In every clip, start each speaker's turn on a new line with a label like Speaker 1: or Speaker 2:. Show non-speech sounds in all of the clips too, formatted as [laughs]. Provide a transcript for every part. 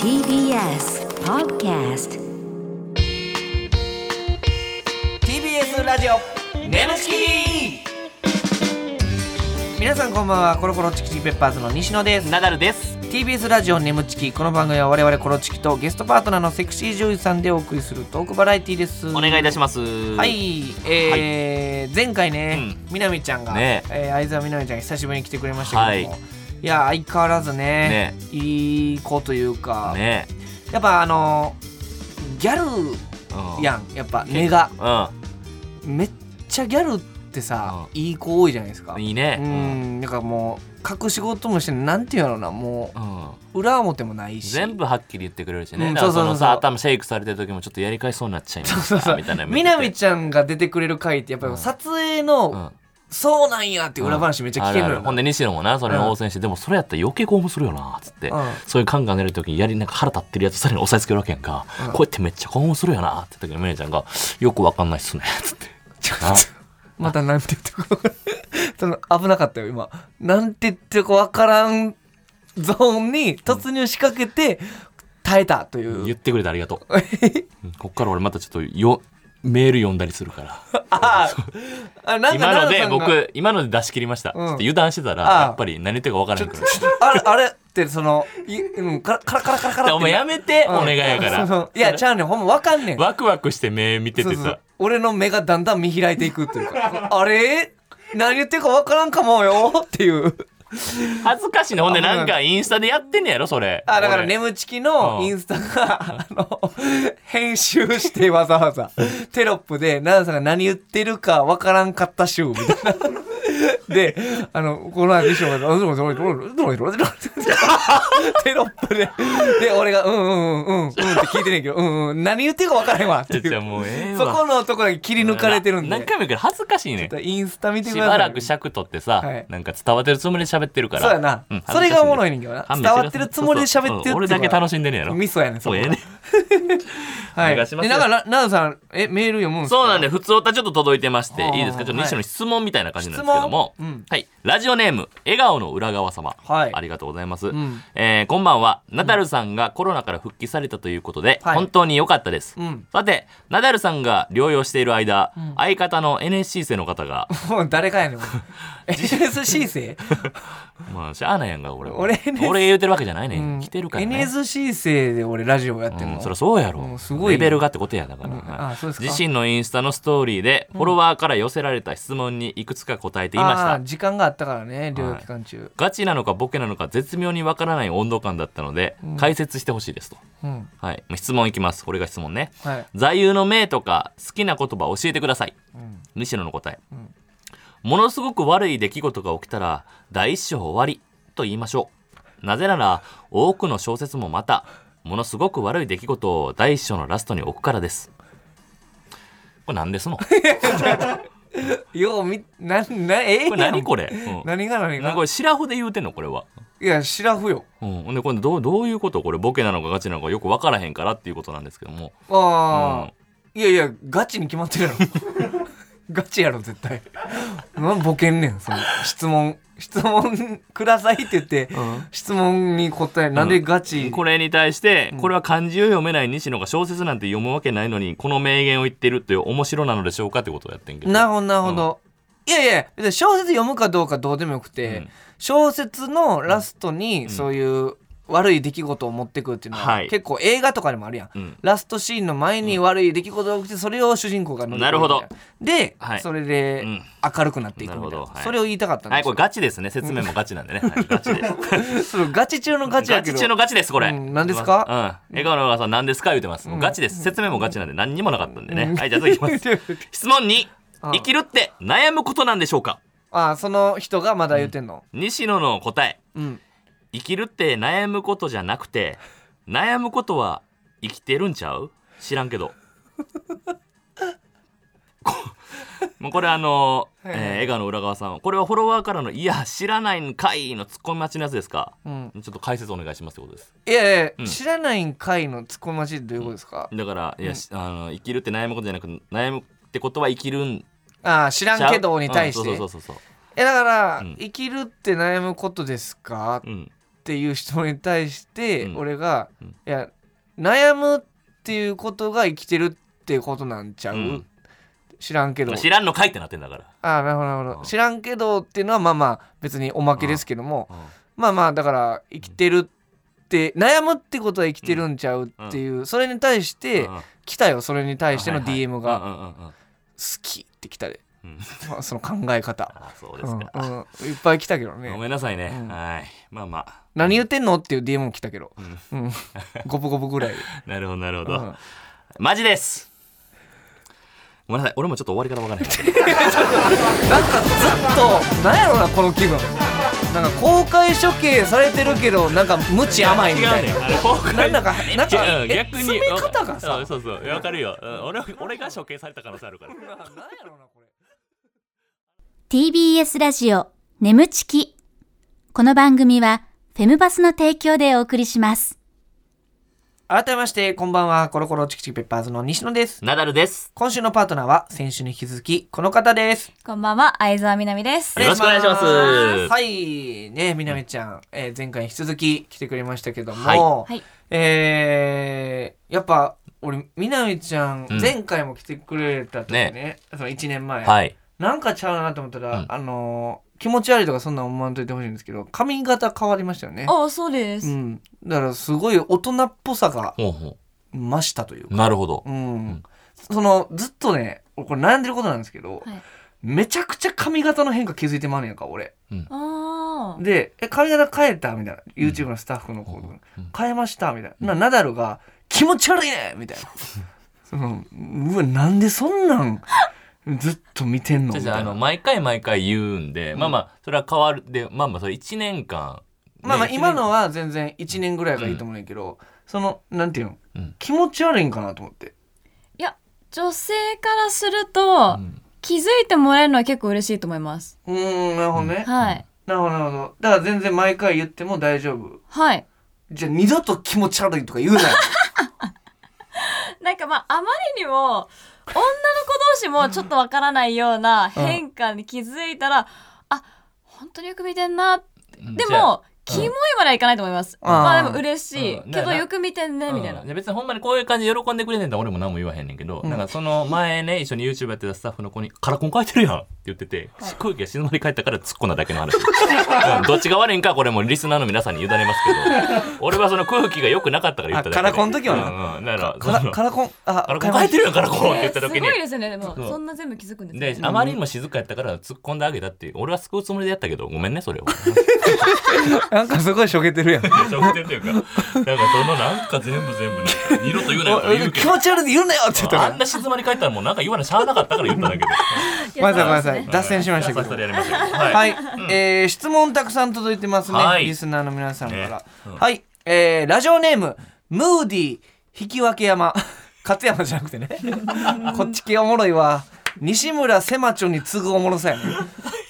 Speaker 1: TBS Podcast
Speaker 2: TBS ラジオ
Speaker 3: ネムチ
Speaker 2: 皆さんこんばんはコロコロチキチキペッパーズの西野です
Speaker 3: ナダルです。
Speaker 2: TBS ラジオネムチキこの番組は我々コロチキとゲストパートナーのセクシー女優さんでお送りするトークバラエティです
Speaker 3: お願いいた
Speaker 2: し
Speaker 3: します。
Speaker 2: は。い、えー前回ね、みなみちゃんが、
Speaker 3: ね
Speaker 2: えー相沢みなみちゃんが久しぶりに来てくれましたけども、、
Speaker 3: はい
Speaker 2: や相変わらずねいい子というか、
Speaker 3: ね
Speaker 2: やっぱあのギャル
Speaker 3: え。
Speaker 2: やんやっぱ根が
Speaker 3: う
Speaker 2: めっちゃギャルってさ、
Speaker 3: う
Speaker 2: いい子多いじゃないですか
Speaker 3: ん。いいね。
Speaker 2: う。んなんかもう隠し事もしてなんていうのなも
Speaker 3: う
Speaker 2: う
Speaker 3: ん。
Speaker 2: 裏表もないし
Speaker 3: 全部はっきり言ってくれるし
Speaker 2: う
Speaker 3: ね。
Speaker 2: ん
Speaker 3: だから
Speaker 2: そうそう
Speaker 3: そ
Speaker 2: そう
Speaker 3: のさ頭シェイクされてる時もちょっとやり返しそうになっちゃいま
Speaker 2: そう
Speaker 3: し
Speaker 2: そ
Speaker 3: た
Speaker 2: う
Speaker 3: みたいな。
Speaker 2: みなみちゃんが出てくれる回ってやっぱり撮影の、
Speaker 3: うん。
Speaker 2: そうなんやっていう裏話めっちゃ聞けるの
Speaker 3: あるあ
Speaker 2: よ
Speaker 3: るほんで西野もなそれに応戦して、でもそれやったら余計興奮するよなっつって、
Speaker 2: うん
Speaker 3: そういう感が出る時にやりなんか腹立ってるやつさらに押さえつけるわけやんか、こうやってめっちゃ興奮するよなって時にみなみちゃんが「よくわかんないっすね」っつって
Speaker 2: ちょっとまたなんて言ってこ [laughs] その危なかったよ今なんて言ってこわからんゾーンに突入しかけて耐えたという、
Speaker 3: 言ってくれてありがとう
Speaker 2: [laughs]
Speaker 3: うんこっから俺またちょっとよメール読んだりするから
Speaker 2: ああなんか
Speaker 3: 今の
Speaker 2: 奈良
Speaker 3: で
Speaker 2: さんが
Speaker 3: 僕今ので出し切りました、
Speaker 2: うん
Speaker 3: ちょっと油断してたら
Speaker 2: ああ
Speaker 3: やっぱり何言ってるか分からへんくなる
Speaker 2: あれあれってそのいうんカラカラカラカラカ
Speaker 3: [laughs]
Speaker 2: ラって
Speaker 3: お前やめて、
Speaker 2: うん
Speaker 3: お願いやか
Speaker 2: そ
Speaker 3: ら
Speaker 2: ういやちゃうねんほんまわかんねん
Speaker 3: ワクワクして目見て
Speaker 2: そ
Speaker 3: てさ
Speaker 2: うそう俺の目がだんだん見開いていくっていうか [laughs] あれ何言ってるか分からんかもよっていう
Speaker 3: 恥ずかしいねほんで
Speaker 2: あ
Speaker 3: なんかインスタでやってんねやろそれ
Speaker 2: あだから
Speaker 3: 俺
Speaker 2: 眠ちきの
Speaker 3: うん
Speaker 2: インスタが、 [laughs] あの編集してわざわざテロップで奈々さんが何言ってるか分からんかった週みたいな。 [laughs] で、あの、この間一緒が、どうぞどうぞどうぞどうぞどうぞどうぞテロップで、で、俺が、うんうんうんうんうんって聞いてんねんけど、うんうん、何言ってるか分からへんわってい
Speaker 3: じゃあ
Speaker 2: う。
Speaker 3: もうええ
Speaker 2: そ
Speaker 3: わ
Speaker 2: このとこだけ切り抜かれてるん
Speaker 3: な
Speaker 2: で
Speaker 3: 何。回も言うけど恥ずかしいね
Speaker 2: インスタ見てく
Speaker 3: し
Speaker 2: ださい。
Speaker 3: ばらく尺取ってさ、
Speaker 2: はい
Speaker 3: なんか伝わってるつもりで喋ってるから
Speaker 2: そうやな、
Speaker 3: ん
Speaker 2: それがおもろいねんけどな
Speaker 3: 恥
Speaker 2: 伝
Speaker 3: ずかしい
Speaker 2: わってるつもりで喋ってるっていう
Speaker 3: そうそううん俺だけ楽しんでんねやろ
Speaker 2: ミソやねん
Speaker 3: もうええね
Speaker 2: は
Speaker 3: お願いします
Speaker 2: えだからな奈々さんえメール読むんすか
Speaker 3: [laughs] そうなんで、普通歌ちょっと届いてまして
Speaker 2: はあ、
Speaker 3: いいですかちょっと西野の質問みたいな感じなんですけども
Speaker 2: 質問うん。
Speaker 3: はい。ラジオネーム、笑顔の裏側様。
Speaker 2: はい
Speaker 3: ありがとうございます
Speaker 2: ん。
Speaker 3: えーこんばんは。ナダルさんがコロナから復帰されたということで、
Speaker 2: はい
Speaker 3: 本当に良かったです
Speaker 2: うん。
Speaker 3: さて、ナダルさんが療養している間、相方の NSC 生の方
Speaker 2: [laughs]
Speaker 3: が、
Speaker 2: もう誰か
Speaker 3: [laughs]
Speaker 2: やねん NSC 生
Speaker 3: まあ、しゃあないやんか、俺は。
Speaker 2: 俺 NSC
Speaker 3: 俺言うてるわけじゃないね
Speaker 2: うん
Speaker 3: ん。来てるからね。
Speaker 2: NSC 生で俺ラジオやってん
Speaker 3: う
Speaker 2: の、
Speaker 3: ん、そりゃそうや
Speaker 2: う
Speaker 3: ろ
Speaker 2: んすごい
Speaker 3: レベルがってことやだから、
Speaker 2: うん
Speaker 3: はい
Speaker 2: あそうですか
Speaker 3: 自身のインスタのストーリーでフォロワーから寄せられた質問にいくつか答えていました、
Speaker 2: あー時間があったからね療養期間中、
Speaker 3: ガチなのかボケなのか絶妙にわからない温度感だったので、
Speaker 2: うん
Speaker 3: 解説してほしいですと。
Speaker 2: うん
Speaker 3: はい。もう質問いきます。これが質問ね。
Speaker 2: はい、
Speaker 3: 座右の銘とか好きな言葉教えてください。
Speaker 2: うん
Speaker 3: 西野の答え。
Speaker 2: ん
Speaker 3: ものすごく悪い出来事が起きたら、第一章終わりと言いましょう。なぜなら、多くの小説もまた、ものすごく悪い出来事を第一章のラストに置くからです。これ何ですのこ
Speaker 2: ようみななええ
Speaker 3: れ
Speaker 2: やん
Speaker 3: 何これ、う
Speaker 2: [laughs]
Speaker 3: ん
Speaker 2: 何が何
Speaker 3: なん
Speaker 2: が
Speaker 3: かこれ、白筆言うてんのこれは。
Speaker 2: いやシラフよ
Speaker 3: うん、ほんでこれどうどういうことこれボケなのかガチなのかよく分からへんからっていうことなんですけども、
Speaker 2: ああ、いやいやガチに決まってるやろ [laughs] ガチやろ絶対なんボケんねんその質問質問くださいって言って、質問に答えなんでガチ、
Speaker 3: これに対して、これは漢字を読めない西野が小説なんて読むわけないのにこの名言を言ってるという面白なのでしょうかってことをやってんけど
Speaker 2: なるほどなるほど、いやいや別に小説読むかどうかどうでもよくて、
Speaker 3: うん
Speaker 2: 小説のラストにそういう悪い出来事を持ってくるっていうのは、
Speaker 3: はい
Speaker 2: 結構映画とかでもあるやん、
Speaker 3: うん
Speaker 2: ラストシーンの前に悪い出来事が起きてそれを主人公が乗り越え
Speaker 3: なるほ
Speaker 2: み
Speaker 3: ど
Speaker 2: たいで、
Speaker 3: はい
Speaker 2: それで
Speaker 3: うん
Speaker 2: 明るくなっていくみ
Speaker 3: な
Speaker 2: たい
Speaker 3: る
Speaker 2: な、
Speaker 3: ほどはい
Speaker 2: それを言いたかったん
Speaker 3: は
Speaker 2: で
Speaker 3: い
Speaker 2: す
Speaker 3: これ
Speaker 2: よ、
Speaker 3: ガチですね説明もガチなん
Speaker 2: [laughs]
Speaker 3: でね、はい、ガチです
Speaker 2: そのガチ中のガチや
Speaker 3: ガ
Speaker 2: け
Speaker 3: チ
Speaker 2: ど
Speaker 3: 中のガチですこれ、
Speaker 2: うん何ですか
Speaker 3: うん笑顔のお母さん何ですか言うてます、もうガチです説明もガチなんで何にもなかったんでね、はいじゃあ次いきます
Speaker 2: [laughs]
Speaker 3: 質問に
Speaker 2: あ
Speaker 3: 生きるって悩むことなんでしょうか
Speaker 2: ああその人がまだ言ってんの、
Speaker 3: 西野の答え
Speaker 2: うん、
Speaker 3: 生きるって悩むことじゃなくて悩むことは生きてるんちゃう知らんけどこもうこれあの、え
Speaker 2: はいはい
Speaker 3: ー笑顔の裏側さんこれはフォロワーからの「いや知らないんかい」のツッコミ待ちのやつですか
Speaker 2: うん
Speaker 3: ちょっと解説お願いしますってことです
Speaker 2: いやいや、
Speaker 3: うん
Speaker 2: 知らないんかいのツッコミ待ちってどういうことですか、
Speaker 3: だからいや、しあの生きるって悩むことじゃなく悩むってことは生きるんち
Speaker 2: ああ知ら
Speaker 3: ゃうん
Speaker 2: けどに対して、
Speaker 3: うんそうそうそうそう
Speaker 2: えだから、
Speaker 3: うん
Speaker 2: 生きるって悩むことですか、
Speaker 3: そう、うん、
Speaker 2: っていう人に対して
Speaker 3: うん
Speaker 2: 俺が、
Speaker 3: うん
Speaker 2: いや悩むっていうことが生きてるってことなんちゃう、
Speaker 3: うん
Speaker 2: 知らんけど
Speaker 3: 知らんのかいってなってんだから
Speaker 2: ああなるほどなるほ
Speaker 3: う
Speaker 2: ど
Speaker 3: ん
Speaker 2: 知らんけどっていうのはまあまあ別におまけですけども
Speaker 3: うん
Speaker 2: まあまあだから生きてるって悩むってことは生きてるんちゃうっていうそれに対して
Speaker 3: うん
Speaker 2: 来たよそれに対しての
Speaker 3: はいはい
Speaker 2: DM が
Speaker 3: うんうんうんうん
Speaker 2: 「好き」って来たで
Speaker 3: うん
Speaker 2: まあその考え方
Speaker 3: あそうで
Speaker 2: う
Speaker 3: す
Speaker 2: ん
Speaker 3: か、
Speaker 2: うんいっぱい来たけど
Speaker 3: ご
Speaker 2: ね
Speaker 3: めんなさいね、
Speaker 2: うん
Speaker 3: はいまあまあ
Speaker 2: 何言ってんのっていう DM も来たけどうん五分五分ぐらい
Speaker 3: なるほどなるほど、
Speaker 2: うん
Speaker 3: マジですごめんなさい俺もちょっと終わりから分からない
Speaker 2: なんかずっとなんやろなこの気分なんか公開処刑されてるけどなんか無知甘いみたい
Speaker 3: 違うね
Speaker 2: な。
Speaker 3: んあれ公
Speaker 2: な
Speaker 3: 開
Speaker 2: んだか、なんか、
Speaker 3: 違う
Speaker 2: え
Speaker 3: 逆に
Speaker 2: 詰め方が
Speaker 3: う
Speaker 2: さ
Speaker 3: ん、そうそう分かるよ、うん俺俺が処刑された可能性あるから
Speaker 4: TBS ラジオ眠ちきこの番組はフェムバスの提供でお送りします
Speaker 2: 改めまして、こんばんは、コロコロチキチキペッパーズの西野です。
Speaker 3: ナダルです
Speaker 2: 今週のパートナーは、先週に引き続き、この方です。
Speaker 4: こんばんは相沢みなみです
Speaker 3: よろしくお願いします
Speaker 2: はい、ね、みなみちゃん、えー前回に引き続き来てくれましたけども、
Speaker 3: はい
Speaker 4: はい
Speaker 2: えーやっぱ、俺、みなみちゃん、
Speaker 3: うん
Speaker 2: 前回も来てくれた時ね、その1年前、
Speaker 3: はい
Speaker 2: なんかちゃうなと思ったら、
Speaker 3: うん
Speaker 2: あのー気持ち悪いとかそんなん思わんといてほしいんですけど、髪型変わりましたよね。
Speaker 5: ああそうです、
Speaker 2: うん、だからすごい大人っぽさが
Speaker 3: ほうほ
Speaker 2: 増したという
Speaker 3: う
Speaker 2: か、
Speaker 3: なるほど
Speaker 2: う、んそのずっとね俺これ悩んでることなんですけど、
Speaker 5: はい
Speaker 2: めちゃくちゃ髪型の変化気づいてまうねやんか俺
Speaker 5: ああ
Speaker 2: で「え髪型変えた?」みたいな YouTube のスタッフの子、変えました」みたいな、なナダルが「気持ち悪いね!」みたい
Speaker 3: [laughs]
Speaker 2: なそのうわなんでそんなんずっと見てんの
Speaker 3: じゃあ
Speaker 2: み
Speaker 3: じゃあ
Speaker 2: た
Speaker 3: あ
Speaker 2: いな
Speaker 3: の毎回毎回言うんで、まあまあそれは変わるでまあまあそれ1年間
Speaker 2: まあまあ
Speaker 3: ね
Speaker 2: 今のは全然1年ぐらいがいいと思うんやけど、そのなんていうの、
Speaker 3: うん
Speaker 2: 気持ち悪いんかなと思って。
Speaker 5: いや女性からすると、
Speaker 3: うん
Speaker 5: 気づいてもらえるのは結構嬉しいと思います
Speaker 2: うーんなるほどね、
Speaker 5: はい、
Speaker 2: なるほど、なるほど。だから全然毎回言っても大丈夫。
Speaker 5: はい
Speaker 2: じゃあ二度と気持ち悪いとか言うなよ。
Speaker 3: [laughs]
Speaker 5: なんかまああまりにも女の子同士もちょっとわからないような変化に気づいたら、あ本当によく見てんな
Speaker 3: うん
Speaker 5: で
Speaker 3: じゃあ
Speaker 5: もキモいまではいかないと思います、
Speaker 2: うん
Speaker 5: まあでも嬉しい、
Speaker 3: うん
Speaker 5: け
Speaker 3: な
Speaker 5: ど
Speaker 3: な
Speaker 5: よく見てんねみたいな、
Speaker 3: うんで別にほんまにこういう感じで喜んでくれてんだら俺も何も言わへんねんけど、
Speaker 2: うん
Speaker 3: なんかその前ね一緒に YouTube やってたスタッフの子に「カラコン書いてるやん」って言ってて、空気が静まり返ったから突っ込んだだけの話、うんどっちが悪いんかこれもリスナーの皆さんに委ねますけど俺はその空気が良くなかったから言っただけ
Speaker 2: あカラコンの時はな
Speaker 3: うんうん、だから
Speaker 2: カ
Speaker 3: そ
Speaker 2: ラ
Speaker 3: の
Speaker 2: カラコン、あ、
Speaker 3: カラコン書いてるやんカラコンって言った
Speaker 5: す
Speaker 3: 時に
Speaker 5: ごいですよねでも
Speaker 3: そう
Speaker 5: そんな全部気づくんですね
Speaker 3: で、あまりにも静かやったから突っ込んであげたっていう俺は救うつもりでやったけどごめんねそれを [laughs]
Speaker 2: なんかすごいしょげてるやん。
Speaker 3: 直前というかなんかそのなんか全部全部ね二度と言うなよとは言うけ
Speaker 2: 気
Speaker 3: ど
Speaker 2: 持ち悪いで言うなよって言った
Speaker 3: あ
Speaker 2: か
Speaker 3: んな静まり返ったらもうなんか言わなしゃあなかったから言っただけで
Speaker 2: ら。ごめんなさい、ごめんなさ [laughs] い。脱線しました
Speaker 3: さ
Speaker 2: け
Speaker 3: すがに
Speaker 2: ど。
Speaker 3: やりましたけどはい
Speaker 2: はい、えー質問たくさん届いてますね。
Speaker 3: はい
Speaker 2: リスナーの皆さんから。
Speaker 3: ねうん
Speaker 2: はい、えーラジオネーム、ムーディー、引き分け山。 [laughs] 勝山じゃなく
Speaker 3: [laughs]
Speaker 2: てね。こっち系おもろいわ。西村セマチョに次ぐおもろさやね。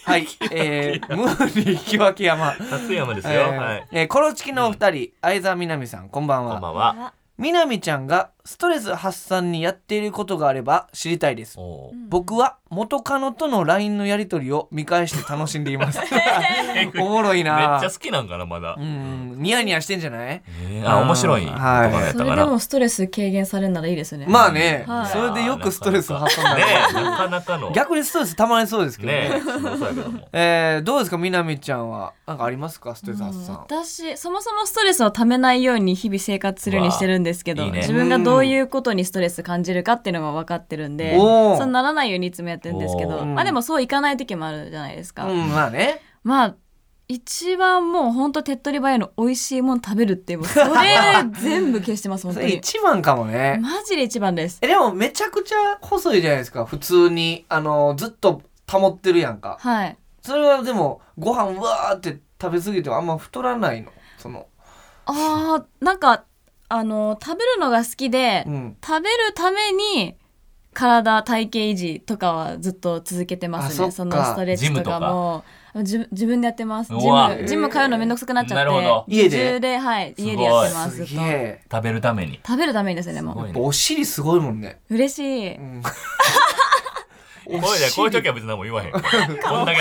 Speaker 2: はい、えームーディー、引き分け山。
Speaker 3: 達山ですよ、
Speaker 2: えー
Speaker 3: はい
Speaker 2: えーコロチキのお二人、相沢みなみさんこんばんは
Speaker 3: こんばんは
Speaker 2: みなみちゃんがストレス発散にやっていることがあれば知りたいです
Speaker 3: おー
Speaker 2: 僕は元カノとの LINE のやり取りを見返して楽しんでい
Speaker 3: [laughs]
Speaker 2: ますおもろい
Speaker 3: めっ
Speaker 2: な
Speaker 3: ちゃ好きなんかなまだ、
Speaker 2: うんニヤニヤしてんじゃない
Speaker 3: えーあ面白い
Speaker 2: うん
Speaker 3: 言
Speaker 2: はい
Speaker 3: 葉やった
Speaker 5: そ
Speaker 3: か
Speaker 5: れで
Speaker 3: な
Speaker 5: もストレス軽減されるならいいですね
Speaker 2: まあね、
Speaker 5: はい
Speaker 2: それでよくストレス発散
Speaker 3: ね
Speaker 2: だ、
Speaker 3: えなかなかの
Speaker 2: 逆にストレス溜まりそうですけどね
Speaker 3: ねえそうやけども
Speaker 2: えーどうですかみなみちゃんはなんかありますかストレス発散、
Speaker 5: 私そもそもストレスをためないように日々生活するようにしてるんですけど
Speaker 3: うわいいね
Speaker 5: 自分がどういうことにストレス感じるかっていうのが分かってるんで
Speaker 2: おー
Speaker 5: そうならないようにいつもやってるんですけ
Speaker 3: お
Speaker 5: ど
Speaker 2: ー
Speaker 5: まあでもそういかない時もあるじゃないですか、
Speaker 2: うんまあね
Speaker 5: まあ一番もうほんと手っ取り早いの美味しいもん食べるっていうもうそ
Speaker 2: [laughs]
Speaker 5: れ全部消してます本
Speaker 2: そ
Speaker 5: 当
Speaker 2: れ
Speaker 5: に
Speaker 2: 一番かもね
Speaker 5: マジで一番です
Speaker 2: えでもめちゃくちゃ細いじゃないですか普通にあのずっと保ってるやんか
Speaker 5: はい
Speaker 2: それはでもご飯うわーって食べ過ぎてもあんま太らないのその
Speaker 5: あーなんかあの食べるのが好きで、
Speaker 2: うん
Speaker 5: 食べるために体体型維持とかはずっと続けてま
Speaker 2: あ
Speaker 5: す
Speaker 2: そっ
Speaker 5: ね
Speaker 2: か
Speaker 5: そのストレッチとかも自自分でやってますジ
Speaker 3: うわ
Speaker 5: ムジム通うのめんどくさくなっちゃ
Speaker 3: なるほど
Speaker 5: って
Speaker 2: 家で
Speaker 5: 自重ではい家でやってます
Speaker 2: すげ
Speaker 5: ずっと食
Speaker 2: え
Speaker 3: 食べるために
Speaker 5: べるためにですねです
Speaker 3: ご
Speaker 5: も
Speaker 3: いね
Speaker 2: お尻すごいもんね、
Speaker 5: 嬉しい
Speaker 2: うん、
Speaker 3: これね、こういう時は別に何も言わへん。こんだけ反応が、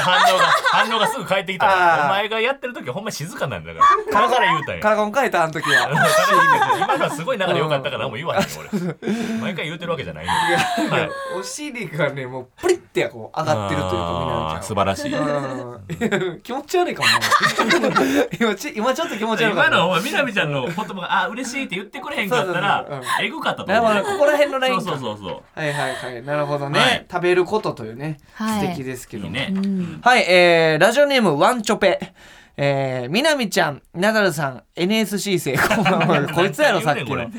Speaker 3: 反応がすぐ返ってきた
Speaker 2: あ
Speaker 3: ら、
Speaker 2: ー
Speaker 3: お前がやってる時はほんま静かなんだから。からから言うたんや。
Speaker 2: カラコン変えたあの時は。
Speaker 3: 今のはすごい流れ良かったから何も言わへんよ、俺。毎回言うてるわけじゃないんだよはい
Speaker 2: お尻がね、もうプリってこう上がってるという
Speaker 3: あ
Speaker 2: か、
Speaker 3: ー素晴らしい。
Speaker 2: みなみちゃん。うん気持ち悪い
Speaker 3: [laughs]
Speaker 2: かも。今ち今ちょっと気持ち悪か
Speaker 3: 今
Speaker 2: った。
Speaker 3: のお前みなみちゃんの言葉が「あ嬉しい」って言ってくれへんかった
Speaker 2: そうそう
Speaker 3: ら
Speaker 2: そう
Speaker 3: えぐかったと
Speaker 2: なるほ
Speaker 3: 思
Speaker 2: ど、
Speaker 3: う
Speaker 2: ここら辺のラインか。
Speaker 3: そうそうそうそ
Speaker 2: はいはいはい、なるほどね。
Speaker 3: はい
Speaker 2: 食べることというね、
Speaker 5: はい
Speaker 2: 素敵ですけ
Speaker 3: う
Speaker 2: ど
Speaker 3: いい
Speaker 2: も
Speaker 3: ね
Speaker 2: はい、えー、ラジオネームワンチョペ。えー、みなみちゃん、ナダルさん、NSC 生、こんばんは [laughs] こいつやろ、さっき
Speaker 3: これ
Speaker 2: の。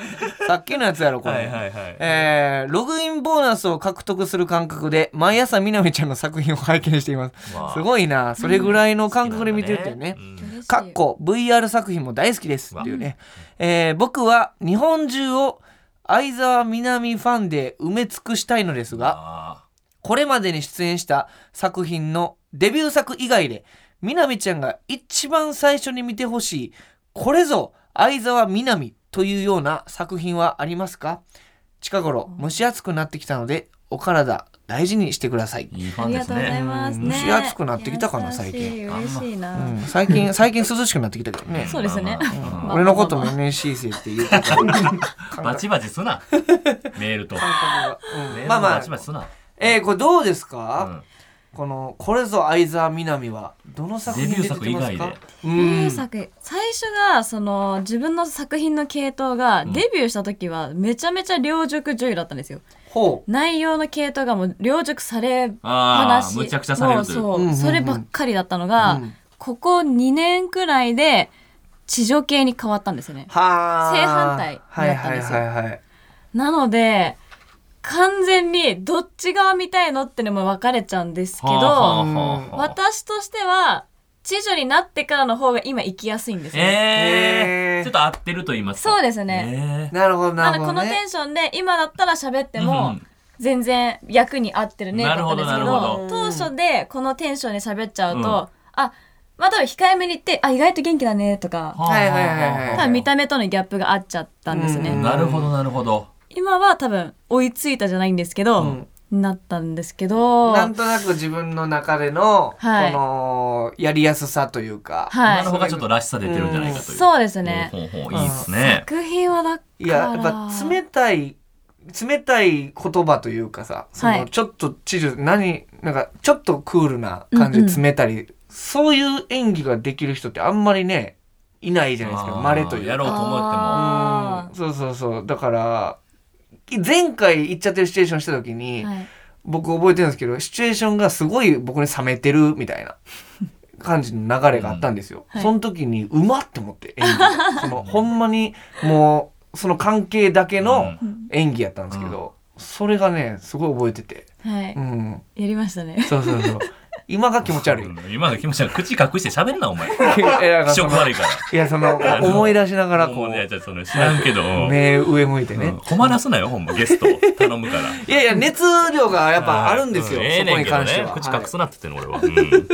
Speaker 2: さっきのやつやろ、これ。
Speaker 3: はいはいはい
Speaker 2: えーログインボーナスを獲得する感覚で、毎朝みなみちゃんの作品を拝見しています。
Speaker 3: わあ
Speaker 2: すごいな、それぐらいの感覚で見てるっていうね。
Speaker 3: うん
Speaker 2: かっこ VR 作品も大好きですっていうね、えー僕は日本中を相沢みなみファンで埋め尽くしたいのですが
Speaker 3: あ
Speaker 2: これまでに出演した作品のデビュー作以外でみなみちゃんが一番最初に見てほしいこれぞ相沢みなみというような作品はありますか近頃蒸し暑くなってきたのでお体大事にしてください
Speaker 3: ー、いいフ
Speaker 5: あ
Speaker 3: ァン
Speaker 5: り
Speaker 3: で
Speaker 5: が
Speaker 3: す
Speaker 5: とうござい
Speaker 3: ね
Speaker 5: ます
Speaker 2: うん
Speaker 5: ね。
Speaker 2: 蒸し暑くなってきたかな最近
Speaker 5: 優しい嬉しいな。
Speaker 2: うん最近
Speaker 3: [laughs]
Speaker 2: 最近涼しくなってきたけどね
Speaker 5: そうですね
Speaker 3: まあまあまあ
Speaker 5: まあ
Speaker 2: 俺のことも NSC 生って言うから
Speaker 3: [laughs] バチバチすなメールと
Speaker 2: ま
Speaker 3: メール
Speaker 2: あ
Speaker 3: と
Speaker 2: ま
Speaker 3: バ
Speaker 2: あ
Speaker 3: チバチすな
Speaker 2: えー、これどうです
Speaker 3: う
Speaker 2: か、
Speaker 3: ん
Speaker 2: この「これぞ相沢みなみ」はどの作品で出てますか
Speaker 3: デビュー作以外で
Speaker 2: うん
Speaker 5: デビュー作最初がその自分の作品の系統がデビューした時はめちゃめちゃ良熟女優だったんですよ
Speaker 2: ほう
Speaker 5: 内容の系統がもう良熟されっぱな
Speaker 3: あ
Speaker 5: し
Speaker 3: ーむちゃくちゃされるという
Speaker 5: もうそう、
Speaker 2: うんうんうん
Speaker 5: そればっかりだったのが、
Speaker 2: うん
Speaker 5: ここ2年くらいで地上系に変わったんですよね
Speaker 2: はあ
Speaker 5: 正反対
Speaker 2: はい
Speaker 5: だったんですよ
Speaker 2: はいはいはい
Speaker 5: なので完全にどっち側見たいのってのも分かれちゃうんですけど、
Speaker 3: はあはあはあはあ
Speaker 5: 私としては知女になってからの方が今行きやすいんですよね、
Speaker 2: え
Speaker 3: え
Speaker 2: ー
Speaker 3: ー、ちょっと合ってると言いますか
Speaker 5: そうですね
Speaker 3: ね
Speaker 2: なるほどな
Speaker 5: なの
Speaker 2: る
Speaker 5: で
Speaker 2: ほ
Speaker 5: こ
Speaker 2: ど、
Speaker 5: の
Speaker 2: ね、
Speaker 5: テンションで今だったら喋って
Speaker 3: う
Speaker 5: も
Speaker 3: ん
Speaker 5: 全然役に合ってるね
Speaker 3: な
Speaker 5: だ
Speaker 3: る
Speaker 5: っ
Speaker 3: ほ
Speaker 5: たん
Speaker 3: ど
Speaker 5: ですけ
Speaker 3: なる
Speaker 5: ど
Speaker 2: ほど
Speaker 5: 当初でこのテンションで喋っちゃうと、
Speaker 3: うん
Speaker 5: あまあ多分控えめに言ってあ意外と元気だねと
Speaker 3: は
Speaker 5: か
Speaker 3: あ
Speaker 2: はいはいはいはい
Speaker 5: 多分見た目とのギャップが合っちゃったんですね、
Speaker 2: うん
Speaker 3: なるほどなるほど
Speaker 5: 今は多分追いついたじゃないんですけど、なったんですけど
Speaker 2: なんとなく自分の中での、
Speaker 5: はい
Speaker 2: このやりやすさというか、
Speaker 3: 今
Speaker 5: は
Speaker 3: の
Speaker 5: い
Speaker 3: 方がちょっとらしさ出てるんじゃないかという
Speaker 5: そうですね
Speaker 3: ほうほうほういいですね
Speaker 5: 作品はだから
Speaker 2: いややっぱ冷たい冷たい言葉というかさその、
Speaker 5: はい
Speaker 2: ちょっとチル何なんかちょっとクールな感じ
Speaker 5: うん
Speaker 2: で
Speaker 5: うん
Speaker 2: 冷たり、そういう演技ができる人ってあんまりねいないじゃないですか
Speaker 3: あー
Speaker 2: 稀というか
Speaker 3: やろうと思っても
Speaker 5: あ
Speaker 2: うんそうそうそうだから前回行っちゃってるシチュエーションした時に、
Speaker 5: はい
Speaker 2: 僕覚えてるんですけどシチュエーションがすごい僕に冷めてるみた
Speaker 5: [laughs]
Speaker 2: いな感じの流れがあったんですよ、
Speaker 5: うんはい
Speaker 2: その時にうまって思って演技
Speaker 5: [laughs]
Speaker 2: がそのほんまにもうその関係だけの演技やったんですけど、それがねすごい覚えてて
Speaker 5: はい
Speaker 2: うん
Speaker 5: やりましたね
Speaker 2: そうそうそう今が気持ち悪い
Speaker 3: 今の気持ちは口隠して喋るなお前
Speaker 2: い [laughs] やだから
Speaker 3: 気
Speaker 2: そ
Speaker 3: 色
Speaker 2: の
Speaker 3: 悪いから
Speaker 2: いやその思い出しながらこ
Speaker 3: もうね
Speaker 2: う
Speaker 3: じゃあその知らんけど、
Speaker 2: 目上向いて
Speaker 3: うん
Speaker 2: ね、
Speaker 3: 困らすなよほんまゲストを頼むから
Speaker 2: いやいや熱量がやっぱあるんですよ、
Speaker 3: う
Speaker 2: そこに関して
Speaker 3: ええね
Speaker 2: は、は
Speaker 3: んけど
Speaker 2: い
Speaker 3: ね口隠すなって言ってんの俺は、うん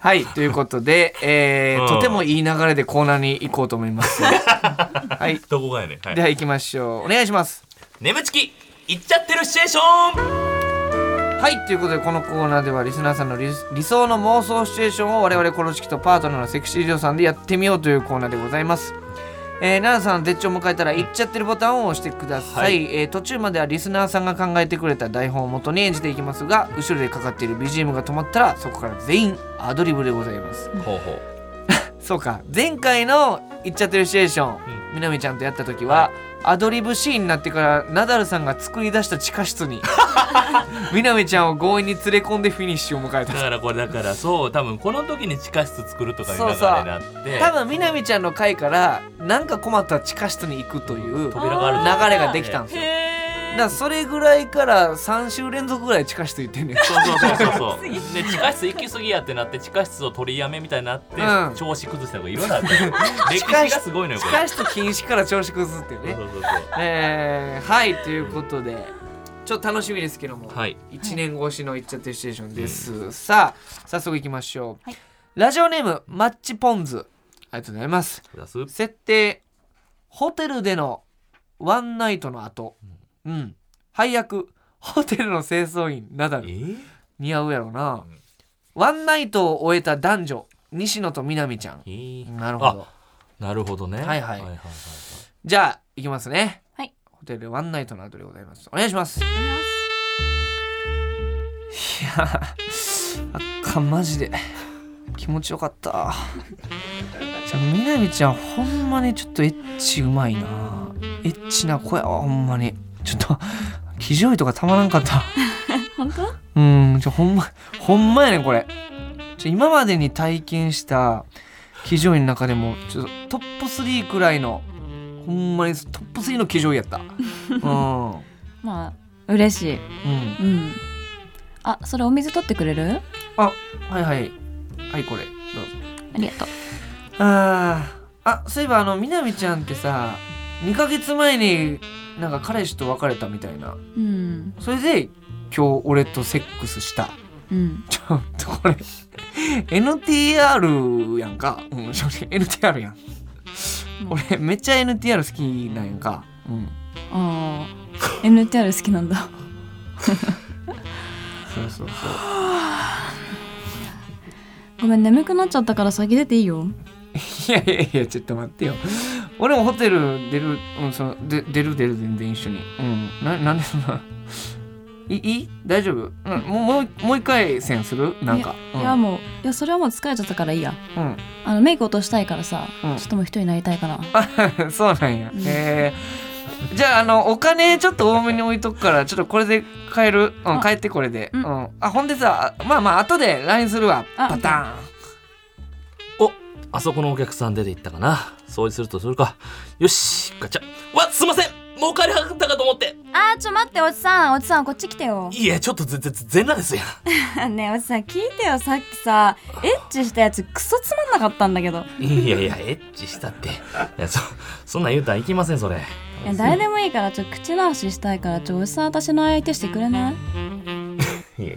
Speaker 2: はい、ということで、えー
Speaker 3: うん
Speaker 2: とてもいい流れでコーナーに行こうと思い
Speaker 3: [laughs]
Speaker 2: ます。はい、
Speaker 3: どこがやねんは
Speaker 2: ではい行きましょう。お願いします。
Speaker 3: 眠ちき行っちゃってるシチュエーション
Speaker 2: はい、ということでこのコーナーではリスナーさんの理理想の妄想シチュエーションを我々コロチキとパートナーのセクシージョーさんでやってみようというコーナーでございます。えー、奈良さんの絶頂を迎えたら行っちゃってるボタンを押してください、
Speaker 3: はい
Speaker 2: えー途中まではリスナーさんが考えてくれた台本を元に演じていきますが後ろでかかっている BGM が止まったらそこから全員アドリブでございます
Speaker 3: ほうほ
Speaker 2: そうか前回の「言っちゃってるシチュエーション」みなみちゃんとやった時は、アドリブシーンになってからナダルさんが作り出した地下室
Speaker 3: [laughs]
Speaker 2: にみなみちゃんを強引に連れ込んでフィニッシュを迎え
Speaker 3: う
Speaker 2: た
Speaker 3: だからこれだからそう多分この時に地下室作るとかいう流れになって
Speaker 2: 多分みなみちゃんの回からなんか困ったら地下室に行くという流
Speaker 3: 扉があると
Speaker 2: れができたんですよだからそれぐらいから3週連続ぐらい地下室行
Speaker 3: [laughs]
Speaker 2: ってんねん
Speaker 3: そうそうそうそ
Speaker 2: [laughs]
Speaker 3: うそうで地下室行き過ぎやってなって地下室を取りやめみたいになって、
Speaker 2: うん
Speaker 3: 調子崩したとかいろいろあったよ
Speaker 2: 地
Speaker 3: 歴史
Speaker 2: 下室
Speaker 3: がすごいのよ
Speaker 2: 地
Speaker 3: これ
Speaker 2: 下室禁止から調子崩すっていうね
Speaker 3: [laughs] そうそうそう
Speaker 2: えー、はいということでちょっと楽しみですけども、
Speaker 3: はい
Speaker 2: 1年越しの「いっちゃってるシチュエーション」です、さあ早速いきましょう、ラジオネームマッチポンズありがとうございます
Speaker 3: 出す
Speaker 2: 設定ホテルでのワンナイトの後うん配役ホテルの清掃員ナダ
Speaker 3: え
Speaker 2: ル
Speaker 3: ー
Speaker 2: 似合うやろな、ワンナイトを終えた男女西野と南ちゃん
Speaker 3: えー
Speaker 2: なるほど
Speaker 3: なるほどね
Speaker 2: はいはい
Speaker 3: はいはい
Speaker 2: じゃあいきますね
Speaker 5: はい
Speaker 2: ホテルワンナイトの後でございますお願いしますいやあかんマジで気持ちよかったじゃあみなみちゃんほんまにちょっとエッチうまいなエッチな子やわほんまにちょっと気丈いとかたまらんかった
Speaker 5: [laughs] 本当
Speaker 2: うん、ちょ、ほんま、ほんまやねん、これ。ちょ、今までに体験した、騎乗位の中でも、ちょっとトップ3くらいの、ほんまにトップ3の騎乗位やった。うん。うん。
Speaker 5: まあ嬉しいうんあそれお水取ってくれる
Speaker 2: あ、はいはい。はい、これ。どうぞ。
Speaker 5: ありがとう
Speaker 2: あーあ、そういえば、あの、みなみちゃんってさ、2ヶ月前になんか彼氏と別れたみたいな。
Speaker 5: うん
Speaker 2: それで、今日俺とセックスした。 [laughs]
Speaker 5: うん
Speaker 2: ちょっとこれ NTR やんか、うん、正直 NTR やん
Speaker 5: うん
Speaker 2: 俺めっちゃ NTR 好きなんやんか、うん、
Speaker 5: あ [laughs] あ NTR 好きなんだ
Speaker 2: そうそうそう
Speaker 5: ごめん眠くなっちゃったから先出ていいよ
Speaker 2: [laughs] いやいやいやちょっと待ってよ俺もホテル出る、うん、そので出る出る全然一緒にうんななんでそんないいい大丈夫、うん、もうもうもう一回戦するなんか
Speaker 5: いやもういやそれはもう疲れちゃったからいいや
Speaker 2: うん、うん
Speaker 5: あのメイク落としたいからさ、
Speaker 2: うん
Speaker 5: ちょっともう一人になりたいから
Speaker 2: そうなん [laughs] や。
Speaker 5: うん
Speaker 2: えーじゃあ、あの、お金ちょっと多めに置いとくから、ちょっとこれで帰る。うん、
Speaker 5: あ
Speaker 2: 帰ってこれで。う。
Speaker 5: うんん
Speaker 2: あ、ほんでさ、まあまあ、後で LINE するわ。
Speaker 5: あ
Speaker 2: パターン。
Speaker 3: おあそこのお客さん出て行ったかな掃除するとするかよしガチャわすいません儲かりはったかと思って
Speaker 5: あーちょ待っておじさんおじさんこっち来てよ
Speaker 3: いやちょっとぜぜ全裸ですやん
Speaker 5: ねえおじさん聞いてよさっきさエッチしたやつクソつまんなかったんだけど
Speaker 3: いやいや、エッチしたって。いや、そ、そんなん言うたらいきません、それ。
Speaker 5: いや誰でもいいからちょ口直ししたいからちょおじさん私の相手してくれない
Speaker 3: いやいや、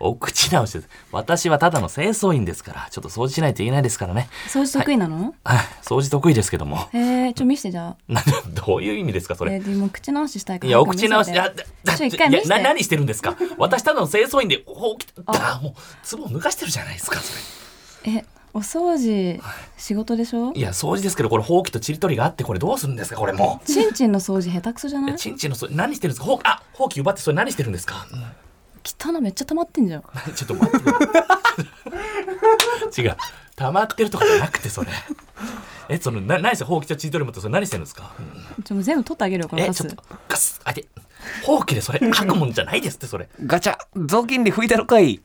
Speaker 3: お口直しです。私はただの清掃員ですから、ちょっと掃除しないといけないですからね。
Speaker 5: 掃除得意なの、
Speaker 3: はい、掃除得意ですけども。 [laughs]
Speaker 5: へえちょ見してじゃあ
Speaker 3: な、どういう意味ですか、そ
Speaker 5: え
Speaker 3: れ。
Speaker 5: ーでも口直ししたいから
Speaker 3: いや、お
Speaker 5: 早く見せ
Speaker 3: 口
Speaker 5: て
Speaker 3: 直し、あ、だ、だ、
Speaker 5: ちょ一回見せて
Speaker 3: いやな、何してるんですか私ただの清掃員で、ほう、きだ、もう、ツボを抜かしてるじゃないですか、それ。
Speaker 5: えお掃除仕事でしょ
Speaker 3: いや、掃除ですけど、これ、ほうきとちりとりがあって、これどうするんですか、これもう。
Speaker 5: ちんちんの掃除下手くそじゃ
Speaker 3: い
Speaker 5: な
Speaker 3: や
Speaker 5: い
Speaker 3: ちんちんの、それ何してるんですかほう、あ、ほうき奪って、それ何してるんですか
Speaker 5: 汚いめっちゃ溜まってんじゃん
Speaker 3: [laughs] ちょっと待ってくれ違う溜まってるとかじゃなくてそれえそのな何してほうきとチートルムとそれ何してるんですか、
Speaker 5: ちょもう全部取ってあげるよこの
Speaker 3: え
Speaker 5: カ
Speaker 3: ち
Speaker 5: ス
Speaker 3: ょっとガスあてほうき
Speaker 2: [laughs]
Speaker 3: でそれ書くもんじゃないですってそれ
Speaker 2: ガチャ雑巾で拭いたろかい。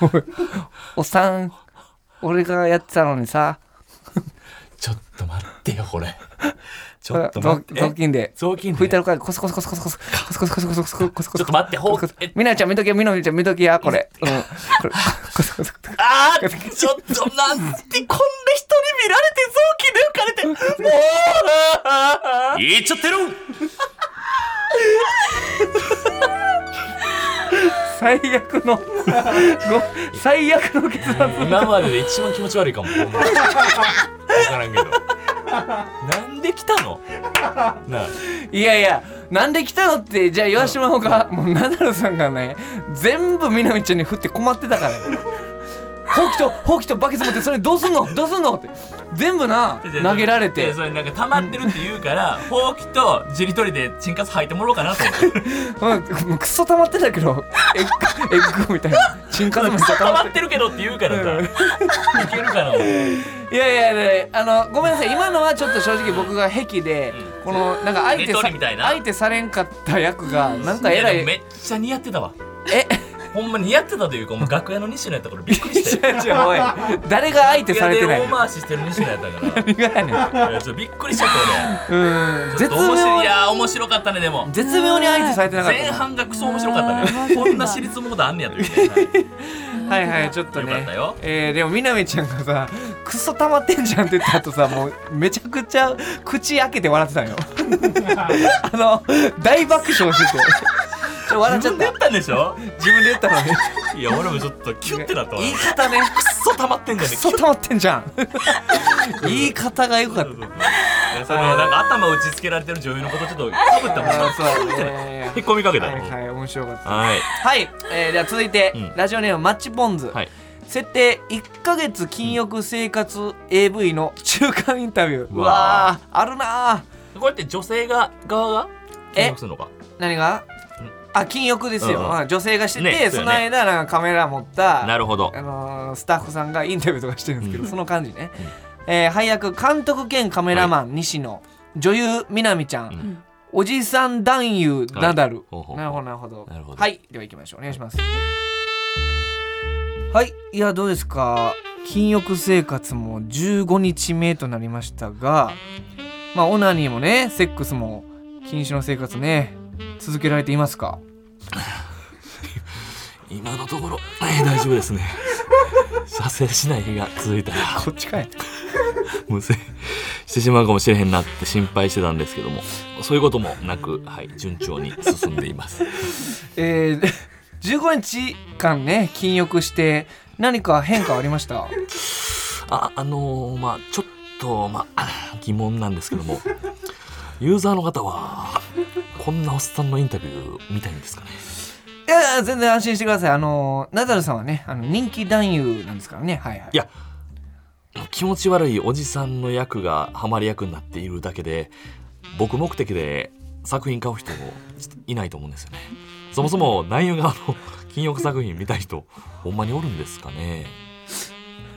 Speaker 2: おいおっさん、俺がやってたのにさ、
Speaker 3: ちょっと待ってよこれちょっと待
Speaker 2: 雑
Speaker 3: って
Speaker 2: 雑巾で。
Speaker 3: 雑巾で
Speaker 2: 拭いたろかい。コスコスコスコスコスコスコスコスコスコスコスコスコスコスコスコスコスコス
Speaker 3: ちょっと待ってほう
Speaker 2: コス
Speaker 3: え
Speaker 2: みなみちゃん見とけよみなみちゃん見とけやこれ。うん。これコスコスコス
Speaker 3: あーちょっとなんてこんな人に見られて雑巾で浮かれてもうあー言っちゃってる
Speaker 2: 最悪のご最悪の結末
Speaker 3: 今までで一番気持ち悪いかも。ほんまわからんけど。なんで来たの？なあ、
Speaker 2: いやいやなんで来たのってじゃあ言わしてもらおうかもうナダルさんがね全部みなみちゃんに振って困ってたからほうきとほうきとバケツ持ってそれどうすんのどうすんのって全部な [laughs] 投げられ
Speaker 3: い
Speaker 2: て
Speaker 3: やそれなんか溜まってるって言うから、ほうきとじり取りでチンカス履いてもらおうかなと思って。
Speaker 2: うんもうクソ溜まってたけどエッグエッグみたいな沈下もクソ溜
Speaker 3: 溜
Speaker 2: ま
Speaker 3: ま
Speaker 2: って
Speaker 3: ってるけどって言うからさ、いけるかな。
Speaker 2: いやいやいやあのごめんなさい今のはちょっと正直僕が癖で、このなんか相手
Speaker 3: レト
Speaker 2: さ
Speaker 3: リみたいな
Speaker 2: 相手されんかった役がなんかえら
Speaker 3: いやで
Speaker 2: い
Speaker 3: もめっちゃ似合ってたわ。
Speaker 2: え
Speaker 3: ほんま似合ってたというか、もう楽屋の西野やったからびっくりし
Speaker 2: 違
Speaker 3: たよ。
Speaker 2: う違 [laughs] うおい誰が相手
Speaker 3: 楽
Speaker 2: さ
Speaker 3: 屋
Speaker 2: れ
Speaker 3: で
Speaker 2: てない
Speaker 3: 大回ししてる西野やったか
Speaker 2: 何がやねん
Speaker 3: ら、いやちょっとびっくりしちゃった
Speaker 2: うん
Speaker 3: 俺。
Speaker 2: [laughs] 絶
Speaker 3: ちょっと面白いい
Speaker 2: 妙
Speaker 3: やー面白かったねでも。
Speaker 2: 絶妙に相手されてなかっ
Speaker 3: 前
Speaker 2: た
Speaker 3: 半がクソ面白かった
Speaker 5: あ
Speaker 3: ね。
Speaker 5: ー
Speaker 3: こんな私立モードあんねやというね。
Speaker 2: はいはいちょっと
Speaker 3: よかった
Speaker 2: ね
Speaker 3: よ
Speaker 2: えーでもみなみちゃんがさクソ溜まってんじゃんって言った後さもうめちゃくちゃ口開けて笑って
Speaker 3: [laughs]
Speaker 2: たんよあの大爆笑しててちょ笑っちゃ
Speaker 3: 自
Speaker 2: っ
Speaker 3: 分で
Speaker 2: た
Speaker 3: やったんでしょ
Speaker 2: 自分で言ったのね
Speaker 3: いや俺もちょっとキュッてなったわ
Speaker 2: 言い方ね
Speaker 3: クソ溜まってんだ
Speaker 2: ク
Speaker 3: よね
Speaker 2: ソ溜まってんじゃん言い方が良かっ
Speaker 3: そうそうそうねそのなんか頭打ちつけられてる女優のことちょっとかぶったもん
Speaker 2: あ
Speaker 3: な
Speaker 2: そうね
Speaker 3: 引っ込みかけた
Speaker 2: はい
Speaker 3: は
Speaker 2: はい面白かった
Speaker 3: い
Speaker 2: はい、えー、では続いて、
Speaker 3: うん
Speaker 2: ラジオネームマッチポンズ、
Speaker 3: はい
Speaker 2: 設定1ヶ月禁欲生活 AV の中間インタビュー
Speaker 3: う
Speaker 2: う
Speaker 3: わ
Speaker 2: わーあるなー
Speaker 3: これって女性が側が
Speaker 2: え
Speaker 3: 契約するのか
Speaker 2: 何があ禁欲ですよ、
Speaker 3: うんうん
Speaker 2: まあ女性がしてて、
Speaker 3: ね
Speaker 2: その間なんかカメラ持った
Speaker 3: なるほど
Speaker 2: あのースタッフさんがインタビューとかしてるんですけど、
Speaker 3: うん
Speaker 2: その感じね、えー配役監督兼カメラマン、西野女優南ちゃん、
Speaker 3: うん
Speaker 2: おじさん男優ナダル、
Speaker 3: ほうほう
Speaker 2: なるほどなるほど
Speaker 3: なるほど
Speaker 2: はいでは行きましょうお願いしますはいいやどうですか禁欲生活も15日目となりましたがまあオナニーもねセックスも禁止の生活ね続けられていますか
Speaker 3: 今のところえー大丈夫ですね [laughs] 射精しない日が続いたら
Speaker 2: こっちかい
Speaker 3: [laughs] 無制してしまうかもしれへんなって心配してたんですけどもそういうこともなく、はい、順調に進んでいます
Speaker 2: えー、15日間ね禁欲して何か変化はありました
Speaker 3: ああのーまあちょっとまあ疑問なんですけどもユーザーの方はこんなおっさんのインタビュー見たいんですかね
Speaker 2: いやいや全然安心してくださいあのナダルさんはねあの人気男優なんですからねはいはい
Speaker 3: いや気持ち悪いおじさんの役がハマり役になっているだけで僕目的で作品買う人もちょっといないと思うんですよねそもそも男優側の禁欲作品見たい人ほんまにおるんですかね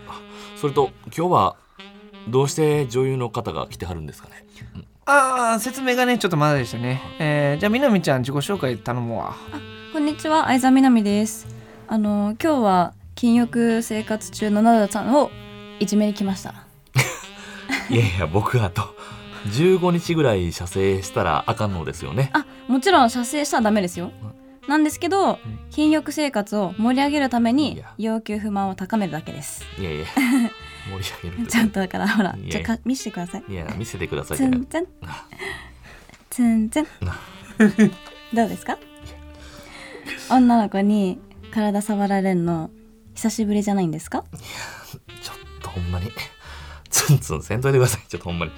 Speaker 3: あそれと今日はどうして女優の方が来てはるんですかね
Speaker 2: ああ説明がねちょっとまだでしたね、えー、じゃあみなみちゃん自己紹介頼むわ
Speaker 5: こんにちは、相沢みなみです。あの今日は禁欲生活中のナダさんをいじめに来ました。
Speaker 3: いやいや僕あと15日ぐらい射精したらあかんのですよね
Speaker 5: あ、もちろん射精したらダメですよ。なんですけど、禁欲生活を盛り上げるため
Speaker 3: い
Speaker 5: に
Speaker 3: や
Speaker 5: 要求不満を高めるだけです。 [laughs]
Speaker 3: いや [laughs] いや盛り上げる
Speaker 5: ちゃんとだからほら、
Speaker 3: いえ
Speaker 5: じゃあか見せてください。
Speaker 3: いや見せてください
Speaker 5: つ
Speaker 3: じゃなく
Speaker 5: ん
Speaker 3: て
Speaker 5: つん、つんつん。 [laughs] どうですか？女の子に体触られるの久しぶりじゃないんですか？
Speaker 3: ちょっとほんまに。ツンツンせんといてください。ちょっとほんまに。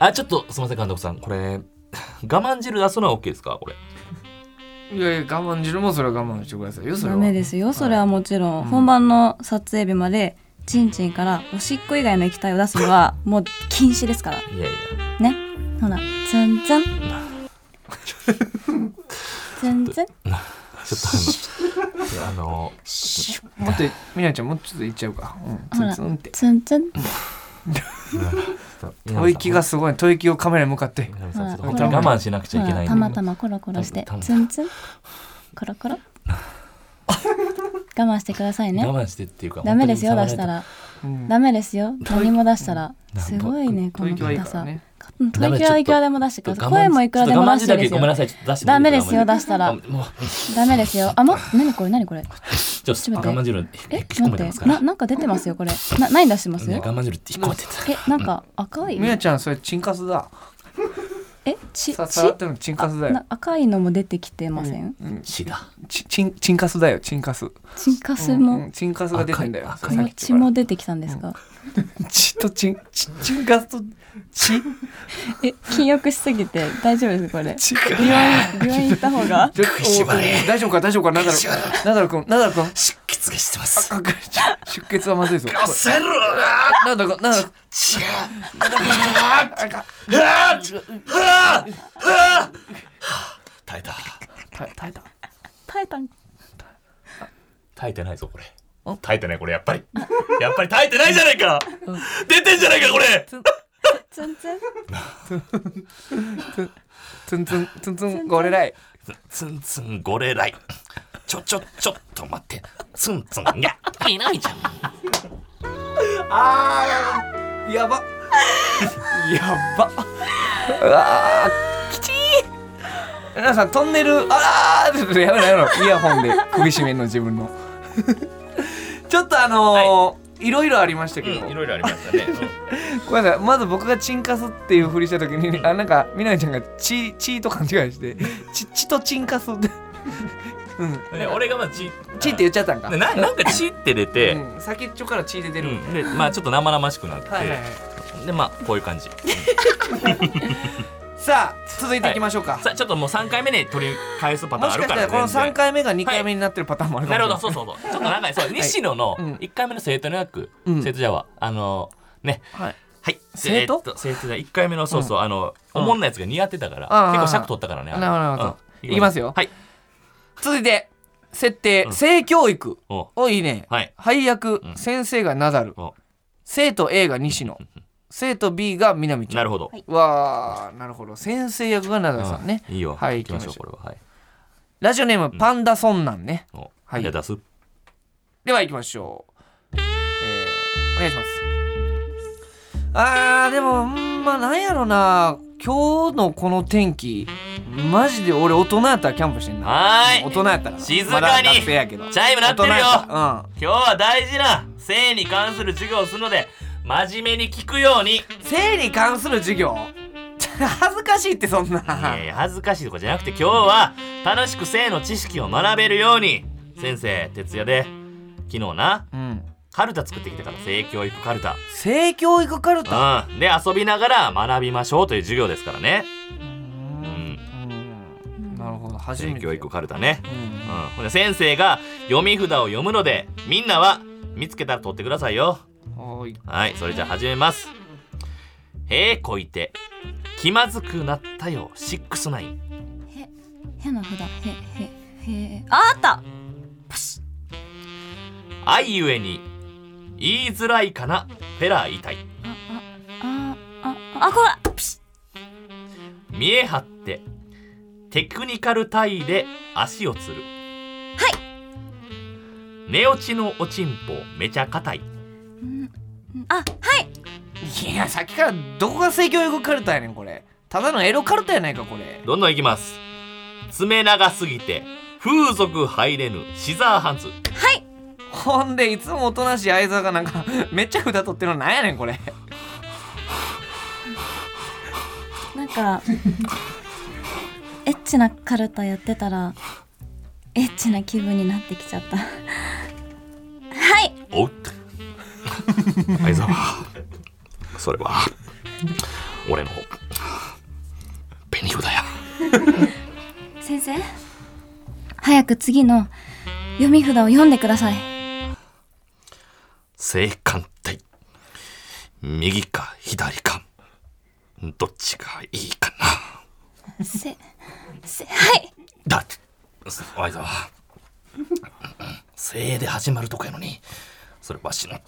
Speaker 3: あ、ちょっとすみません、監督さん。これ、我慢汁出すのは OK ですかこれ。
Speaker 2: いやいや我慢汁もそれは我慢してくださいよそれ
Speaker 5: ダ
Speaker 2: は
Speaker 5: メですよそれはもちろん、
Speaker 2: うん
Speaker 5: 本番の撮影日までチンチンからおしっこ以外の液体を出すのはもう禁止ですから
Speaker 3: いやいや。
Speaker 5: ねほらツンツンツンツン
Speaker 3: ちょっとあの、いやあ
Speaker 5: [laughs]
Speaker 3: の、
Speaker 2: もっとみなみちゃんもうちょっといっちゃうかうん
Speaker 5: ほら
Speaker 2: ツンツンって
Speaker 5: ツンツン
Speaker 2: 吐息がすごい吐息をカメラに向かって
Speaker 3: 南さん。南さんちょっと
Speaker 5: ほ
Speaker 3: 本
Speaker 5: ら
Speaker 3: 当に我慢しなくち
Speaker 5: ほ
Speaker 3: ゃいけないん
Speaker 5: ら
Speaker 3: で。
Speaker 5: たまたまコロコロして
Speaker 3: たまた
Speaker 5: ツンツンコロコロ我慢してくださいね
Speaker 3: 我慢してっていうか、
Speaker 5: ダメですよ
Speaker 3: 本当に
Speaker 5: 出したら
Speaker 2: うん
Speaker 5: ダメですよ何も出したら
Speaker 3: うん
Speaker 5: すごいねこ
Speaker 2: 吐息は
Speaker 5: の
Speaker 2: いい
Speaker 5: 硬
Speaker 2: から
Speaker 5: さ
Speaker 2: ね
Speaker 5: うん吐息はいくらでも出してくだ
Speaker 3: 触ら
Speaker 5: さ
Speaker 3: ない
Speaker 5: い声
Speaker 3: と。
Speaker 5: もいくらでも出していいで
Speaker 3: ち
Speaker 5: す
Speaker 3: ょっと我慢汁だけごめんなさい。ちょっと
Speaker 5: よ
Speaker 3: 出して
Speaker 5: ダメですよ出した
Speaker 3: あ
Speaker 5: ら
Speaker 3: もう、
Speaker 5: ダメですよ。あ、ま、何これ何これ。
Speaker 3: ちょっと
Speaker 5: ょっと待って
Speaker 3: 我慢汁、引
Speaker 5: え
Speaker 3: っ、込
Speaker 5: 待
Speaker 3: めてま
Speaker 5: っ
Speaker 3: す
Speaker 5: て。
Speaker 3: か
Speaker 5: な、
Speaker 3: ら。
Speaker 5: なんか出てますよこれ。な、何出してます？
Speaker 3: ね
Speaker 5: え、
Speaker 3: 我慢汁って引っ込めてた。
Speaker 5: なんか赤い。
Speaker 2: みなちゃんそれチンカスだ
Speaker 5: え、ち、ち
Speaker 2: さ、さらってるのチンカスだよ
Speaker 5: な赤いのも出てきてません。
Speaker 3: 血だ。
Speaker 2: チチンチンカスだよチンカス
Speaker 5: チンカスも、
Speaker 2: うんチンカスが出てんだよ
Speaker 3: 赤い
Speaker 5: こ
Speaker 3: 赤
Speaker 5: の
Speaker 2: さっき
Speaker 5: 血
Speaker 2: から
Speaker 5: も出てきたんですか？
Speaker 2: 血とチンチチンカスと血
Speaker 5: え、禁欲しすぎて大丈夫ですこれ。
Speaker 2: 血が
Speaker 5: 病院病院行った方が。
Speaker 2: ちょっと大丈夫か大丈夫かナダルナダル君ナダル君
Speaker 3: 出血がしてます。
Speaker 2: あか出血はまずいぞこれ
Speaker 3: せろー
Speaker 2: なんだか、なんだか、
Speaker 3: 違う耐えた
Speaker 2: 耐え耐えた。
Speaker 5: 耐えたん。
Speaker 3: 耐えてないぞこれ耐えてないこれやっぱりやっぱり耐えてないじゃないか出てんじゃないかこれ
Speaker 5: ツンツン。
Speaker 2: ツンツン、ツンツン、ゴレライ。
Speaker 3: ツンツンゴレライちょちょちょっと待ってツンツンがみなみちゃん
Speaker 2: あー、やば。 [laughs] やば。うわー、きちー。皆さん、トンネル、あー、ちょっとやめろやめろ。イヤホンで首絞めんの、自分の。ちょっとあのー、いろいろありましたけど、
Speaker 3: いろいろありましたね
Speaker 2: ごめんなさいまず僕がチンカスっていうふりした時に、あなんかみなみちゃんがチチーと勘違いしてチチとチンカスってうん
Speaker 3: 俺がまあち
Speaker 2: チーって言っちゃったんか
Speaker 3: ななんか血って出て
Speaker 2: うん、先っちょから血で出る、
Speaker 3: うんでまあちょっと生々しくなって
Speaker 2: はいはいはい
Speaker 3: でまあこういう感じ
Speaker 2: さあ続いていきましょうか、
Speaker 3: さあちょっともう3回目に取り返すパターン
Speaker 2: も
Speaker 3: あ
Speaker 2: し
Speaker 3: る
Speaker 2: かし
Speaker 3: か
Speaker 2: た
Speaker 3: ら
Speaker 2: らこの3
Speaker 3: 全然
Speaker 2: 回目が2回目になってるパターンもあるか
Speaker 3: な
Speaker 2: もし
Speaker 3: る
Speaker 2: れ
Speaker 3: ほ
Speaker 2: な
Speaker 3: ど
Speaker 2: い、
Speaker 3: そ
Speaker 2: [laughs]
Speaker 3: うそうそうちょっと長いそう西野の
Speaker 2: うん
Speaker 3: 1回目の生徒の役、
Speaker 2: うん
Speaker 3: 生徒じゃわあのね
Speaker 2: はい
Speaker 3: はい
Speaker 2: 生徒
Speaker 3: えーっと生徒じゃ1回目のそうそう、あのおもんなやつが似合ってたから
Speaker 2: あー
Speaker 3: 結構尺取ったからねあれ
Speaker 2: なるほどなるほどいきますよ
Speaker 3: はい
Speaker 2: 続いて設定、
Speaker 3: うん
Speaker 2: 性教育
Speaker 3: お
Speaker 2: おいいね、
Speaker 3: はい
Speaker 2: 配役、
Speaker 3: うん
Speaker 2: 先生がナダル
Speaker 3: お
Speaker 2: 生徒 A が西野生徒 B が南ちゃん
Speaker 3: なるほど、
Speaker 2: わあなるほど先生役がナダルさんね、
Speaker 3: うんいいよ
Speaker 2: はい
Speaker 3: 行きまし
Speaker 2: 行
Speaker 3: ょう
Speaker 2: き
Speaker 3: これははい
Speaker 2: ラジオネームパンダソンなんね、
Speaker 3: お
Speaker 2: はい
Speaker 3: じゃあ出す
Speaker 2: では行きましょう、えーお願いしますあーでもうんまあなんやろな今日のこの天気マジで俺大人やったらキャンプしてんな
Speaker 3: はーい
Speaker 2: 大人やったらな
Speaker 3: 静か
Speaker 2: ま
Speaker 3: に
Speaker 2: だ学生やけど
Speaker 3: チャイム鳴ってるよ
Speaker 2: 大人やたら
Speaker 3: 今日は大事な性に関する授業をするので真面目に聞くようにい
Speaker 2: うん性に関する授業恥ずかしいってそんな
Speaker 3: やいや恥ずかしいとかじゃなくて今日は楽しく性の知識を学べるように先生徹夜で昨日な
Speaker 2: うん
Speaker 3: カルタ作ってきたから性教育カルタ
Speaker 2: 性教育カルタ
Speaker 3: うんで遊びながら学びましょうという授業ですからね
Speaker 2: うん
Speaker 3: うん
Speaker 2: うんなるほど初め
Speaker 3: 性
Speaker 2: て
Speaker 3: 教育カルタね
Speaker 2: うん
Speaker 3: うんほんで先生が読み札を読むのでみんなは見つけたら取ってくださいよ
Speaker 2: おい
Speaker 3: はい、それじゃあ始めます。へえこいて、気まずくなったよ、シックスナイン。
Speaker 5: への札へへへ
Speaker 6: ああった
Speaker 3: 愛ゆえに、言いづらいかな、フェラー痛い。
Speaker 5: ああ
Speaker 6: あこれプシ
Speaker 3: 見え張って、テクニカルタイで足をつる。はい寝落ちのおちんぽ、めちゃ硬い。
Speaker 6: あはい
Speaker 2: いやさっきからどこが性教育カルタやねんこれただのエロカルタやないかこれ
Speaker 3: どんどんいきます。爪長すぎて、風俗入れぬ、シザーハンズ。
Speaker 2: ほんでいつもおとなしい相沢がなんか [laughs] めっちゃ札取ってるのなんやねんこれ
Speaker 5: なんかエッチなカルタやってたらエッチな気分になってきちゃった
Speaker 3: おう相沢それは俺の紅札や
Speaker 5: 先生早く次の読み札を読んでください
Speaker 3: 性感帯右か左かどっちがいいかな
Speaker 5: せせはい
Speaker 3: だって相沢性で始まるとこやのにそれわしの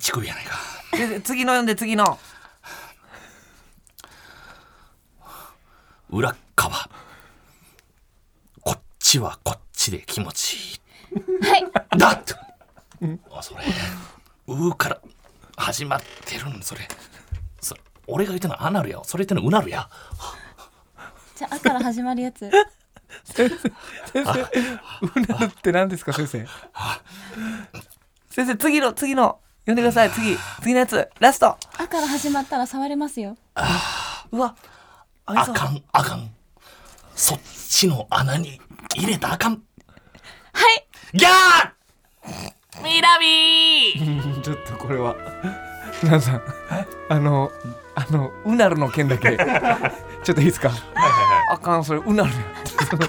Speaker 3: 乳首やないか
Speaker 2: で次の読んで次の
Speaker 3: 裏側こっちはこっちで気持ちいいはいだって、あそれ「う」から始まってるんそれそれ俺が言ってんのはアナルやそれ言ってんのはうなるや
Speaker 5: じゃあ「あ」から始まるや [laughs] つ
Speaker 2: 先生うなるって何ですか先生先生次の次の読んでください次次のやつラスト
Speaker 5: 「あ」から始まったら触れますよ
Speaker 2: うわ相
Speaker 3: あ
Speaker 2: 沢
Speaker 3: かんあかんそっちの穴に入れたらあかん
Speaker 6: はい
Speaker 3: ギャー
Speaker 6: みなみ
Speaker 2: うんちょっとこれは皆さんあのあのうなるの件だ [laughs] けちょっといいですかあかんそれうなる [laughs] その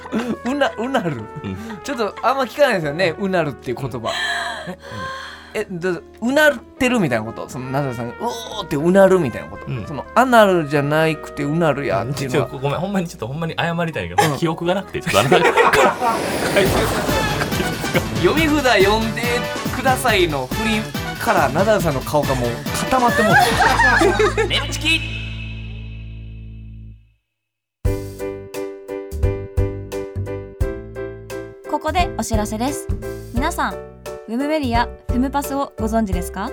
Speaker 2: うなうなる、ちょっとあんま聞かないですよねうなるっていう言葉、えどううなってるみたいなことそのナダルさんがうおーってうなるみたいなこと、
Speaker 3: うん
Speaker 2: そのアナルじゃなくてうなるやっていう
Speaker 3: ち
Speaker 2: の
Speaker 3: ょ
Speaker 2: は
Speaker 3: ごめんほんまにちょっとほんまに謝りたいけど記憶がなくてちょっとあなたが
Speaker 2: 読み札読んでくださいの振りからナダルさんの顔がもう固まってもうて
Speaker 3: 「眠ちき」
Speaker 5: ここでお知らせです皆さんウェブメディアフェムパスをご存知ですか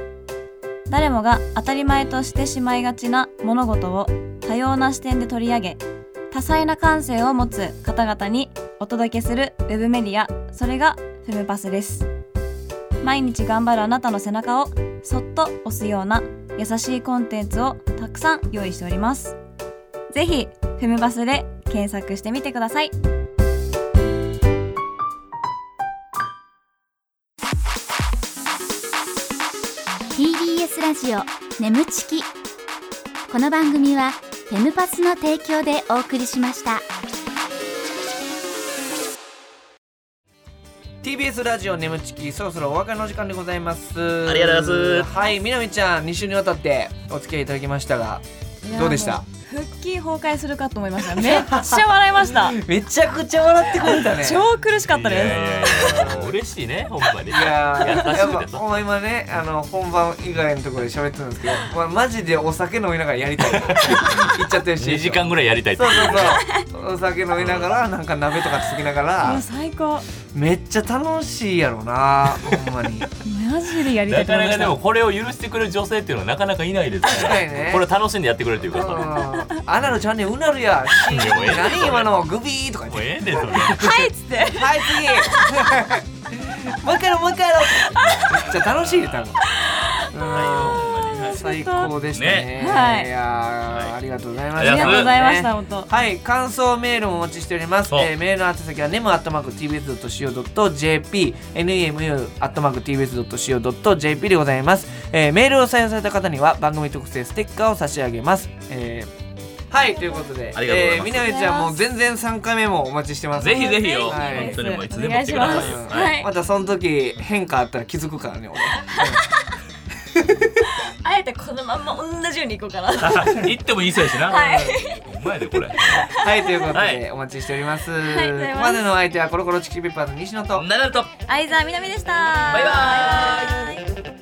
Speaker 5: 誰もが当たり前としてしまいがちな物事を多様な視点で取り上げ多彩な感性を持つ方々にお届けするウェブメディアそれがフェムパスです毎日頑張るあなたの背中をそっと押すような優しいコンテンツをたくさん用意しておりますぜひフェムパスで検索してみてください
Speaker 4: TBS TBS ラジオ眠ちきこの番組はフェムパスの提供でお送りしました
Speaker 2: TBS ラジオ眠ちきそろそろお別れの時間でございます
Speaker 3: ありがとうございます
Speaker 2: はいみなみちゃん2週にわたってお付き合いいただきましたがどうでした
Speaker 5: 腹筋崩壊するかと思いましためっちゃ笑いました
Speaker 2: [laughs] めちゃくちゃ笑ってくれたね
Speaker 5: 超苦しかった
Speaker 3: いやい
Speaker 5: で
Speaker 3: やいやもう嬉しいねほんまにい
Speaker 2: いやー
Speaker 3: 優
Speaker 2: や
Speaker 3: しく
Speaker 2: ってぱ
Speaker 3: さ
Speaker 2: ほんま今ねあの本番以外のところで喋ってるんですけど、まあ、マジでお酒飲みながらや
Speaker 3: [laughs]
Speaker 2: りたい言っちゃってるし
Speaker 3: 2時間ぐらいやりたいって
Speaker 2: そうそうそうお酒飲みながらなんか鍋とかつきなが
Speaker 5: すも
Speaker 2: ら
Speaker 5: う最高
Speaker 2: めっちゃ楽しいやろなほんまに
Speaker 5: マジでやりた
Speaker 3: ない
Speaker 5: と
Speaker 3: か
Speaker 5: 思い
Speaker 3: なか
Speaker 5: まし
Speaker 3: で
Speaker 5: た
Speaker 3: もこれを許してくれる女性っていうのはなかなかいないです
Speaker 2: 確かにね
Speaker 3: これを楽しんでやってくれるという
Speaker 2: う
Speaker 3: かさも
Speaker 2: んアナルちゃんねうなるやし
Speaker 3: やもうええ
Speaker 2: 何今のグビーとか言っ
Speaker 3: う
Speaker 2: て
Speaker 3: ええねんそれ
Speaker 5: はいっつって
Speaker 2: はい次 [laughs] もう一回やろうもう一回やろうめっちゃ楽しいよ多分うん最高でしたね
Speaker 5: ねはい
Speaker 2: やー
Speaker 3: はい
Speaker 2: ありがとうございま
Speaker 3: あ
Speaker 2: し
Speaker 3: り
Speaker 2: た
Speaker 5: ありがとうございました本当
Speaker 2: はい、感想メールもお待ちしております。
Speaker 3: そう
Speaker 2: えーメールの宛先は nemu.tbs.co.jp、nemu.tbs.co.jp でございます、えーメールを採用された方には番組特製ステッカーを差し上げます。えーはい、ということで、
Speaker 3: ありがとうございます
Speaker 2: みなみちゃんもう全然3回目もお待ちしてます。
Speaker 3: ぜひぜひよ、
Speaker 2: はい
Speaker 3: 本当にもういつでも来てくださいよ
Speaker 5: お願いします
Speaker 3: はい
Speaker 5: ひ
Speaker 2: またその時変化あったら気づくからね、俺。
Speaker 5: あえてこのまんま同じように行こうかな
Speaker 3: 行ってもいいそうやしな。
Speaker 5: はい
Speaker 3: お前でこれ。
Speaker 2: はい、ということで、
Speaker 3: はい
Speaker 2: お待ちしております。
Speaker 5: りがとうござい
Speaker 2: こ
Speaker 5: ます
Speaker 2: こまでのお相手はコロコロチキチキペッパーズ西野と、
Speaker 3: なると。
Speaker 5: 相沢みなみでした
Speaker 3: バイバーイ
Speaker 5: イ